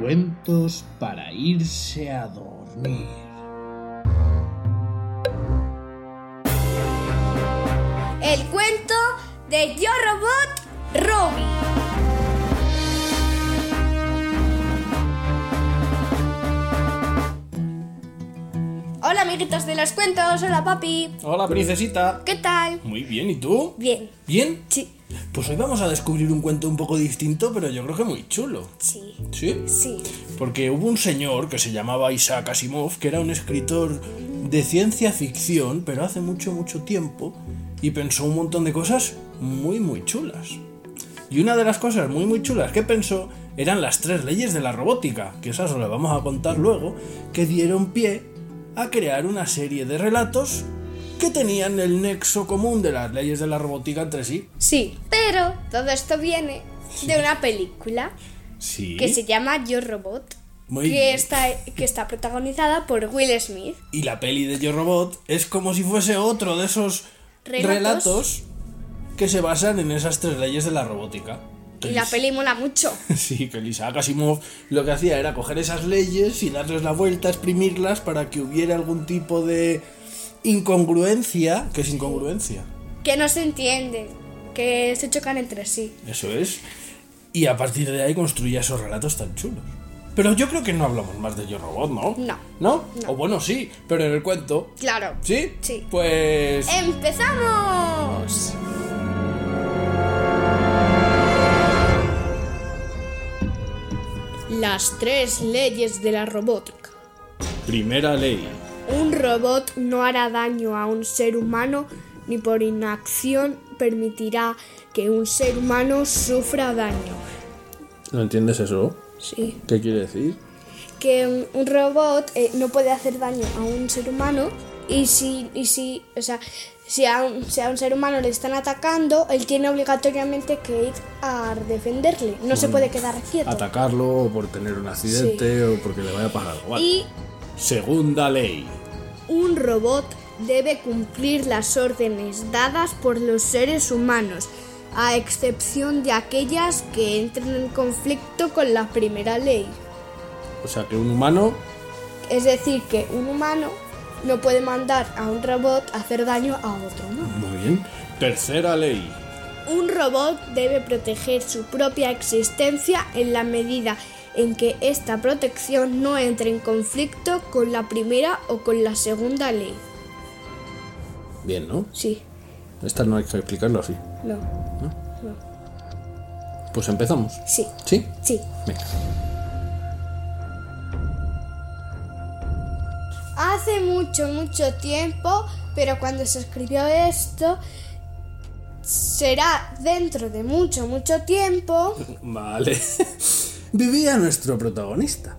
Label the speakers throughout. Speaker 1: cuentos para irse a dormir.
Speaker 2: El cuento de Yo Robot Robbie. Hola amiguitos de los cuentos, hola papi.
Speaker 3: Hola, princesita.
Speaker 2: ¿Qué tal?
Speaker 3: Muy bien, ¿y tú?
Speaker 2: Bien.
Speaker 3: ¿Bien?
Speaker 2: Sí.
Speaker 3: Pues hoy vamos a descubrir un cuento un poco distinto, pero yo creo que muy chulo.
Speaker 2: Sí.
Speaker 3: ¿Sí?
Speaker 2: Sí.
Speaker 3: Porque hubo un señor que se llamaba Isaac Asimov, que era un escritor de ciencia ficción, pero hace mucho, mucho tiempo, y pensó un montón de cosas muy, muy chulas. Y una de las cosas muy, muy chulas que pensó eran las tres leyes de la robótica, que esas os las vamos a contar luego, que dieron pie a crear una serie de relatos que tenían el nexo común de las leyes de la robótica entre sí.
Speaker 2: Sí. Pero todo esto viene de una película
Speaker 3: Sí.
Speaker 2: que se llama Yo Robot.
Speaker 3: Muy
Speaker 2: Que
Speaker 3: bien.
Speaker 2: está, que está protagonizada por Will Smith.
Speaker 3: Y la peli de Yo Robot es como si fuese otro de esos
Speaker 2: Relatos.
Speaker 3: relatos, que se basan en esas tres leyes de la robótica.
Speaker 2: Y la
Speaker 3: Entonces,
Speaker 2: peli mola mucho.
Speaker 3: Sí, que el Isaac Asimov lo que hacía era coger esas leyes y darles la vuelta, exprimirlas para que hubiera algún tipo de incongruencia, que es incongruencia,
Speaker 2: Que no se entiende. Que se chocan entre sí.
Speaker 3: eso es, y a partir de ahí construía esos relatos tan chulos. Pero yo creo que no hablamos más de Yo Robot, ¿no?
Speaker 2: No.
Speaker 3: ¿No? O bueno, sí, pero en el cuento.
Speaker 2: Claro.
Speaker 3: ¿Sí?
Speaker 2: Sí. Eh.
Speaker 3: Pues...
Speaker 2: ¡Empezamos! Las tres leyes de la robótica.
Speaker 3: Primera ley.
Speaker 2: Un robot no hará daño a un ser humano ni por inacción permitirá que un ser humano sufra daño.
Speaker 3: ¿No entiendes eso?
Speaker 2: Sí.
Speaker 3: ¿Qué quiere decir?
Speaker 2: Que un, un robot eh, no puede hacer daño a un ser humano y si, y si, o sea, si a, un, si a un ser humano le están atacando, él tiene obligatoriamente que ir a defenderle. No se puede quedar quieto.
Speaker 3: Atacarlo o por tener un accidente o porque le vaya a pasar algo. Vale.
Speaker 2: Y
Speaker 3: Segunda ley.
Speaker 2: Un robot debe cumplir las órdenes dadas por los seres humanos, a excepción de aquellas que entren en conflicto con la primera ley.
Speaker 3: O sea que un humano
Speaker 2: Es decir, que un humano no puede mandar a un robot a hacer daño a otro humano.
Speaker 3: Muy bien. Tercera ley.
Speaker 2: Un robot debe proteger su propia existencia en la medida en que esta protección no entre en conflicto con la primera o con la segunda ley.
Speaker 3: Bien, ¿no?
Speaker 2: Sí,
Speaker 3: Esta no hay que explicarlo así.
Speaker 2: no,
Speaker 3: Pues empezamos.
Speaker 2: sí,
Speaker 3: ¿Sí?
Speaker 2: sí.
Speaker 3: Venga.
Speaker 2: Hace mucho, mucho tiempo, pero cuando se escribió esto, será dentro de mucho, mucho tiempo.
Speaker 3: Vale. Vivía nuestro protagonista.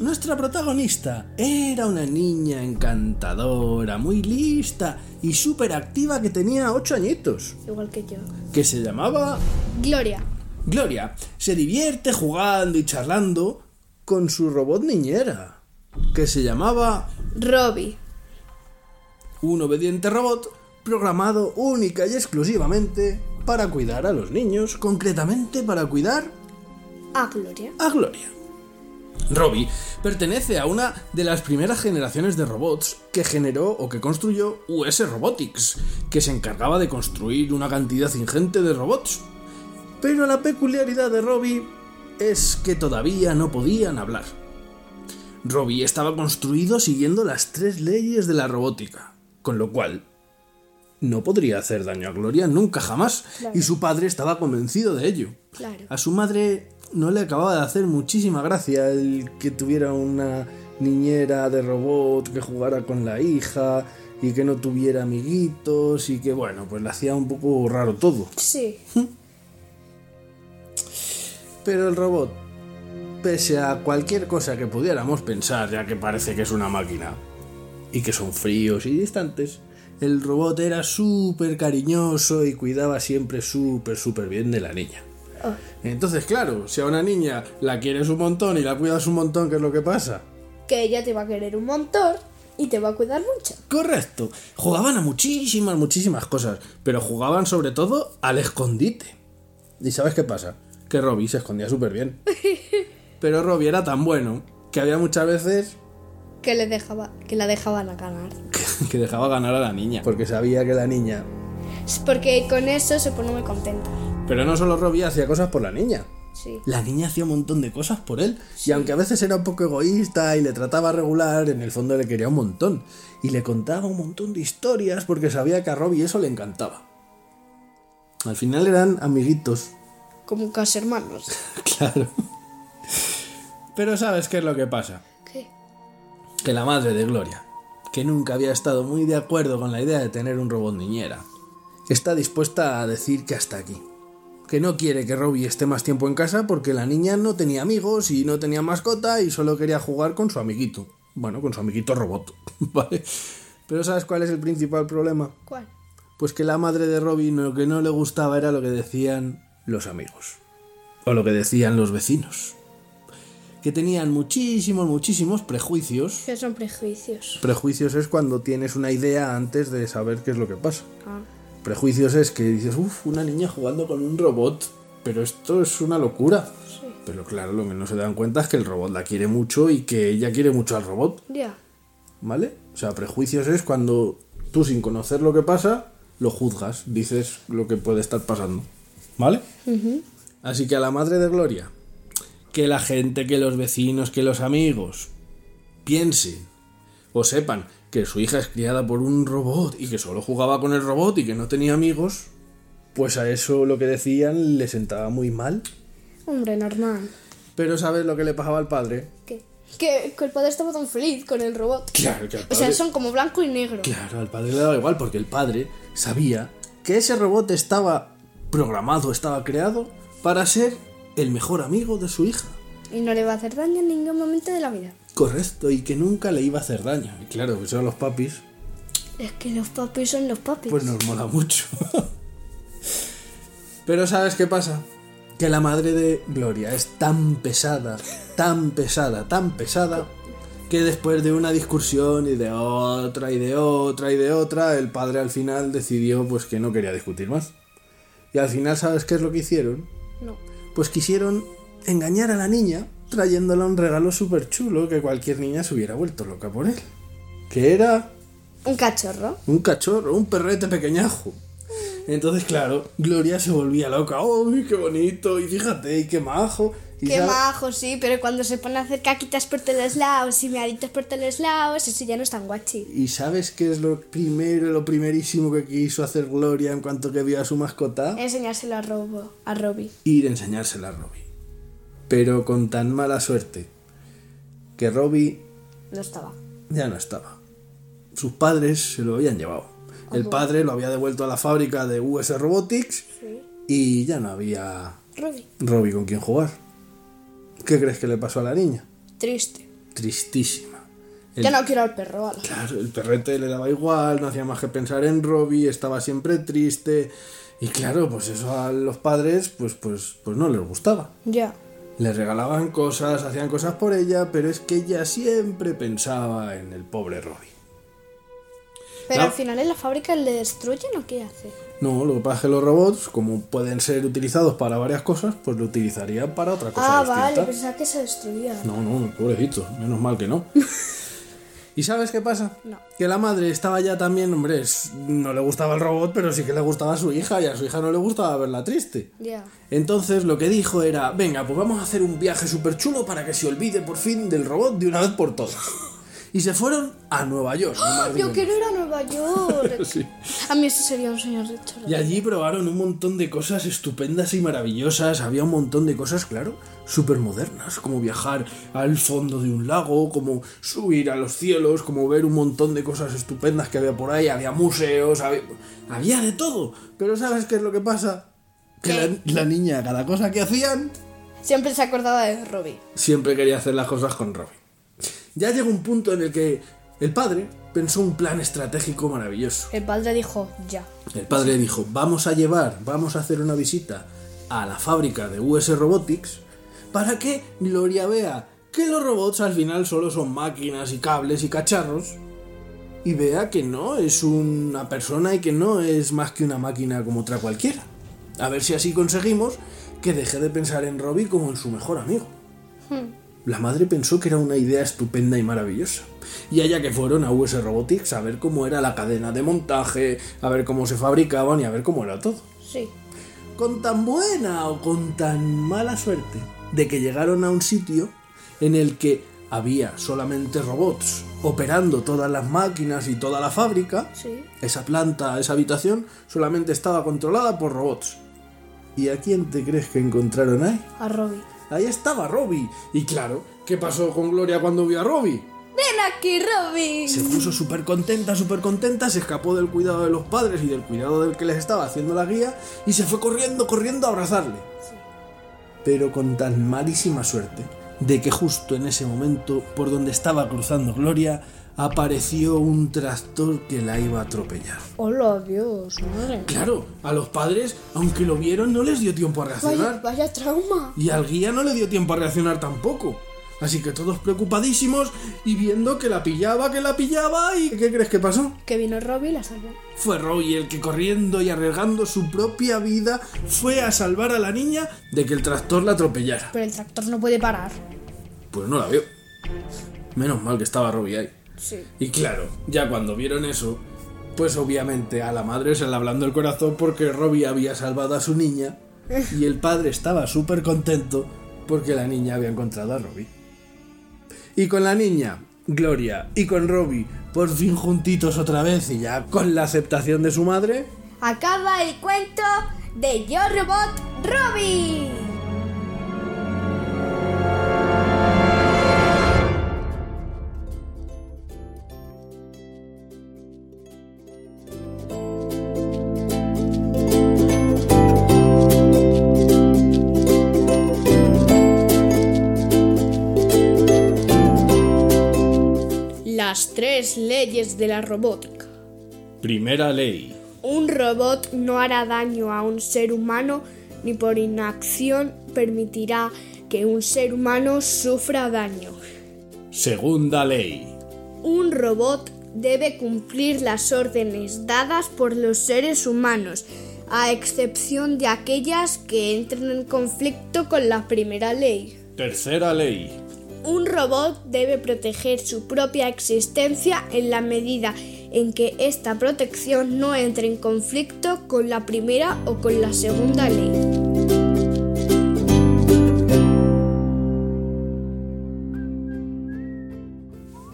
Speaker 3: Nuestra protagonista era una niña encantadora, muy lista y súper activa que tenía ocho añitos,
Speaker 2: Igual que yo.
Speaker 3: que se llamaba
Speaker 2: Gloria.
Speaker 3: Gloria se divierte jugando y charlando con su robot niñera, que se llamaba
Speaker 2: Robbie.
Speaker 3: un obediente robot programado única y exclusivamente para cuidar a los niños, concretamente para cuidar
Speaker 2: A Ah, Gloria.
Speaker 3: a Gloria. Robbie pertenece a una de las primeras generaciones de robots que generó o que construyó US Robotics, que se encargaba de construir una cantidad ingente de robots. Pero la peculiaridad de Robbie es que todavía no podían hablar. Robbie estaba construido siguiendo las tres leyes de la robótica, con lo cual no podría hacer daño a Gloria nunca jamás,
Speaker 2: Claro.
Speaker 3: y su padre estaba convencido de ello.
Speaker 2: Claro.
Speaker 3: A su madre no le acababa de hacer muchísima gracia el que tuviera una niñera de robot que jugara con la hija y que no tuviera amiguitos y que bueno, pues le hacía un poco raro todo.
Speaker 2: Sí.
Speaker 3: Pero el robot, pese a cualquier cosa que pudiéramos pensar, ya que parece que es una máquina y que son fríos y distantes, el robot era súper cariñoso y cuidaba siempre súper, súper bien de la niña.
Speaker 2: Oh,
Speaker 3: Entonces, claro, si a una niña la quieres un montón y la cuidas un montón, ¿qué es lo que pasa?
Speaker 2: que ella te va a querer un montón y te va a cuidar mucho.
Speaker 3: Correcto. Jugaban a muchísimas, muchísimas cosas, pero jugaban sobre todo al escondite. ¿Y sabes qué pasa? Que Robbie se escondía súper bien. Pero Robbie era tan bueno que había muchas veces
Speaker 2: Que, le dejaba, que la dejaban a ganar.
Speaker 3: que- que dejaba ganar a la niña. Porque sabía que la niña.
Speaker 2: Es Porque con eso se pone muy contenta.
Speaker 3: Pero no solo Robbie hacía cosas por la niña.
Speaker 2: Sí.
Speaker 3: La niña hacía un montón de cosas por él. Y aunque a veces era un poco egoísta y le trataba regular, en el fondo le quería un montón. Y le contaba un montón de historias porque sabía que a Robbie eso le encantaba. Al final eran amiguitos.
Speaker 2: Como casi hermanos.
Speaker 3: Claro. Pero ¿sabes qué es lo que pasa?
Speaker 2: ¿Qué?
Speaker 3: Que la madre de Gloria, que nunca había estado muy de acuerdo con la idea de tener un robot niñera, está dispuesta a decir que hasta aquí. Que no quiere que Robbie esté más tiempo en casa porque la niña no tenía amigos y no tenía mascota y solo quería jugar con su amiguito. Bueno, con su amiguito robot, ¿vale? Pero ¿sabes cuál es el principal problema?
Speaker 2: ¿Cuál?
Speaker 3: Pues que la madre de Robin lo que no le gustaba era lo que decían los amigos. O lo que decían los vecinos. Que tenían muchísimos, muchísimos prejuicios.
Speaker 2: Que son prejuicios.
Speaker 3: Prejuicios es cuando tienes una idea antes de saber qué es lo que pasa.
Speaker 2: Ah.
Speaker 3: Prejuicios es que dices, uff, una niña jugando con un robot. Pero esto es una locura. Pero claro, lo que no se dan cuenta es que el robot la quiere mucho y que ella quiere mucho al robot.
Speaker 2: Ya.
Speaker 3: ¿Vale? O sea, prejuicios es cuando tú sin conocer lo que pasa, lo juzgas, dices lo que puede estar pasando. ¿Vale? Así que a la madre de Gloria, que la gente, que los vecinos, que los amigos piensen o sepan que su hija es criada por un robot y que solo jugaba con el robot y que no tenía amigos, pues a eso lo que decían le sentaba muy mal.
Speaker 2: Hombre, normal.
Speaker 3: Pero ¿sabes lo que le pasaba al padre?
Speaker 2: ¿Qué? Que, que el padre estaba tan feliz con el robot.
Speaker 3: Claro, que al
Speaker 2: O sea,
Speaker 3: padre-
Speaker 2: son como blanco y negro.
Speaker 3: Claro, al padre le daba igual porque el padre sabía que ese robot estaba programado, estaba creado para ser el mejor amigo de su hija.
Speaker 2: Y no le va a hacer daño en ningún momento de la vida.
Speaker 3: Correcto, y que nunca le iba a hacer daño. Y claro, que son los papis,
Speaker 2: Es que los papis son los papis.
Speaker 3: pues nos mola mucho. Pero ¿sabes qué pasa? Que la madre de Gloria es tan pesada, tan pesada, tan pesada, que después de una discusión y de otra y de otra y de otra, el padre al final decidió pues que no quería discutir más. Y al final, ¿sabes qué es lo que hicieron?
Speaker 2: No.
Speaker 3: Pues quisieron engañar a la niña trayéndole un regalo súper chulo que cualquier niña se hubiera vuelto loca por él. Que era
Speaker 2: Un cachorro.
Speaker 3: un cachorro, un perrete pequeñajo. Entonces, claro, Gloria se volvía loca. ¡Oh, ¡Uy, qué bonito! Y fíjate, y qué majo. Y
Speaker 2: Qué
Speaker 3: sabe-
Speaker 2: majo, sí, pero cuando se pone a hacer caquitas por todos los lados y meaditos por todos los lados, eso ya no es tan guachi.
Speaker 3: ¿Y sabes qué es lo primero, lo primerísimo que quiso hacer Gloria en cuanto que vio a su mascota?
Speaker 2: Enseñárselo a Robo, a Robbie.
Speaker 3: Ir a enseñársela a Robbie. Pero con tan mala suerte que Robbie
Speaker 2: No estaba.
Speaker 3: ya no estaba. Sus padres se lo habían llevado. El padre lo había devuelto a la fábrica de US Robotics
Speaker 2: Sí.
Speaker 3: y ya no había
Speaker 2: Robbie.
Speaker 3: Robbie con quien jugar. ¿Qué crees que le pasó a la niña?
Speaker 2: Triste.
Speaker 3: Tristísima. El,
Speaker 2: Ya no quiero al perro, ala.
Speaker 3: Claro, el perrete le daba igual, no hacía más que pensar en Robbie, estaba siempre triste. Y claro, pues eso a los padres pues, pues, pues no les gustaba.
Speaker 2: Ya.
Speaker 3: Le regalaban cosas, hacían cosas por ella, pero es que ella siempre pensaba en el pobre Robbie.
Speaker 2: Pero
Speaker 3: No.
Speaker 2: al final en la fábrica le destruyen o qué hace.
Speaker 3: No, lo que pasa es que los robots, como pueden ser utilizados para varias cosas, pues lo utilizaría para otra cosa
Speaker 2: Ah,
Speaker 3: distinta.
Speaker 2: vale, pensaba que se destruía.
Speaker 3: No, no, pobrecito, menos mal que no. ¿Y sabes qué pasa?
Speaker 2: No.
Speaker 3: Que la madre estaba ya también, hombre, es- no le gustaba el robot, pero sí que le gustaba a su hija y a su hija no le gustaba verla triste.
Speaker 2: Ya.
Speaker 3: Entonces lo que dijo era, venga, pues vamos a hacer un viaje súper chulo para que se olvide por fin del robot de una vez por todas. Y se fueron a Nueva York. ni más ni
Speaker 2: ¡Ah! Yo
Speaker 3: menos.
Speaker 2: quiero ir a Nueva York.
Speaker 3: Sí.
Speaker 2: A mí eso sería un sueño de
Speaker 3: Y allí probaron un montón de cosas estupendas y maravillosas. Había un montón de cosas, claro, súper modernas, como viajar al fondo de un lago, como subir a los cielos, como ver un montón de cosas estupendas que había por ahí. Había museos, había, había de todo. Pero ¿sabes qué es lo que pasa? Que
Speaker 2: ¿Qué?
Speaker 3: la, la niña, cada cosa que hacían,
Speaker 2: Siempre se acordaba de Robbie.
Speaker 3: siempre quería hacer las cosas con Robin. Ya llegó un punto en el que el padre pensó un plan estratégico maravilloso.
Speaker 2: El padre dijo, ya.
Speaker 3: El padre dijo, vamos a llevar, vamos a hacer una visita a la fábrica de US Robotics para que Gloria vea que los robots al final solo son máquinas y cables y cacharros y vea que no es una persona y que no es más que una máquina como otra cualquiera. A ver si así conseguimos que deje de pensar en Robbie como en su mejor amigo. La madre pensó que era una idea estupenda y maravillosa. Y allá que fueron a US Robotics a ver cómo era la cadena de montaje, a ver cómo se fabricaban y a ver cómo era todo.
Speaker 2: Sí.
Speaker 3: Con tan buena o con tan mala suerte de que llegaron a un sitio en el que había solamente robots operando todas las máquinas y toda la fábrica,
Speaker 2: Sí.
Speaker 3: esa planta, esa habitación, solamente estaba controlada por robots. ¿Y a quién te crees que encontraron ahí?
Speaker 2: A Robbie.
Speaker 3: Ahí estaba Robbie. Y claro, ¿qué pasó con Gloria cuando vio a Robbie?
Speaker 2: ¡Ven aquí, Robbie!
Speaker 3: Se puso súper contenta, súper contenta, se escapó del cuidado de los padres y del cuidado del que les estaba haciendo la guía y se fue corriendo, corriendo a abrazarle. Pero con tan malísima suerte de que justo en ese momento, por donde estaba cruzando Gloria, apareció un tractor que la iba a atropellar.
Speaker 2: Hola, Dios, madre.
Speaker 3: Claro, a los padres, aunque lo vieron, no les dio tiempo a
Speaker 2: Vaya,
Speaker 3: reaccionar.
Speaker 2: vaya trauma.
Speaker 3: Y al guía no le dio tiempo a reaccionar tampoco. Así que todos preocupadísimos y viendo que la pillaba, que la pillaba y ¿qué crees que pasó?
Speaker 2: Que vino Robbie y la salvó.
Speaker 3: Fue Roy el que corriendo y arriesgando su propia vida fue a salvar a la niña de que el tractor la atropellara.
Speaker 2: Pero el tractor no puede parar.
Speaker 3: Pues no la vio. Menos mal que estaba Robbie ahí.
Speaker 2: Sí.
Speaker 3: Y claro, ya cuando vieron eso, pues obviamente a la madre se le hablando el corazón porque Robbie había salvado a su niña y el padre estaba súper contento porque la niña había encontrado a Robbie. Y con la niña, Gloria, y con Robbie, por fin juntitos otra vez y ya con la aceptación de su madre,
Speaker 2: Acaba el cuento de Yo Robot Robbie. Las tres leyes de la robótica.
Speaker 3: primera ley.
Speaker 2: Un robot no hará daño a un ser humano ni por inacción permitirá que un ser humano sufra daño.
Speaker 3: Segunda ley.
Speaker 2: Un robot debe cumplir las órdenes dadas por los seres humanos, a excepción de aquellas que entren en conflicto con la primera ley.
Speaker 3: Tercera ley.
Speaker 2: Un robot debe proteger su propia existencia en la medida en que esta protección no entre en conflicto con la primera o con la segunda ley.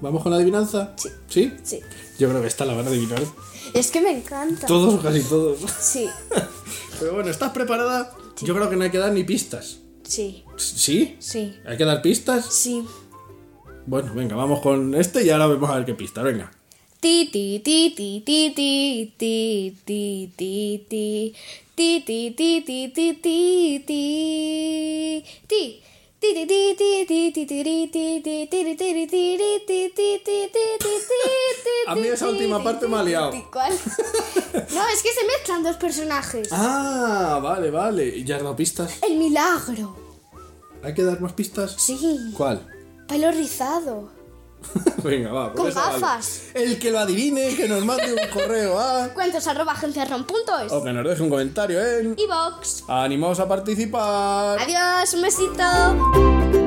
Speaker 3: ¿Vamos con la adivinanza? Sí. ¿Sí?
Speaker 2: Sí.
Speaker 3: Yo creo que esta la van a adivinar
Speaker 2: Es que me encanta.
Speaker 3: todos o casi todos.
Speaker 2: Sí,
Speaker 3: Pero bueno, ¿estás preparada? Yo creo que no hay que dar ni pistas.
Speaker 2: sí,
Speaker 3: ¿Sí?
Speaker 2: sí,
Speaker 3: ¿Hay que dar pistas?
Speaker 2: sí.
Speaker 3: Bueno, venga, vamos con este y ahora vemos a ver qué pista, venga.
Speaker 2: Ti ti ti ti ti ti ti ti ti ti ti ti ti ti ti ti ti ti ti ti ti ti ti ti ti ti ti ti ti ti ti ti ti ti ti ti ti ti ti
Speaker 3: A mí esa
Speaker 2: ti,
Speaker 3: última
Speaker 2: ti,
Speaker 3: parte
Speaker 2: ti,
Speaker 3: me ha
Speaker 2: ti,
Speaker 3: liado.
Speaker 2: ti, ¿Cuál? No, es que se mezclan dos personajes.
Speaker 3: Ah, vale, vale. ¿Y ¿Ya has dado pistas?
Speaker 2: El milagro.
Speaker 3: ¿Hay que dar más pistas?
Speaker 2: Sí.
Speaker 3: ¿Cuál?
Speaker 2: Pelo rizado.
Speaker 3: venga, va. pues
Speaker 2: Con
Speaker 3: esa vale.
Speaker 2: gafas.
Speaker 3: El que lo adivine, que nos mande un correo a...
Speaker 2: Cuentos arroba agenciarrom.es.
Speaker 3: O que nos deje un comentario en...
Speaker 2: Y box.
Speaker 3: ¡Animaos a participar!
Speaker 2: Adiós, un besito.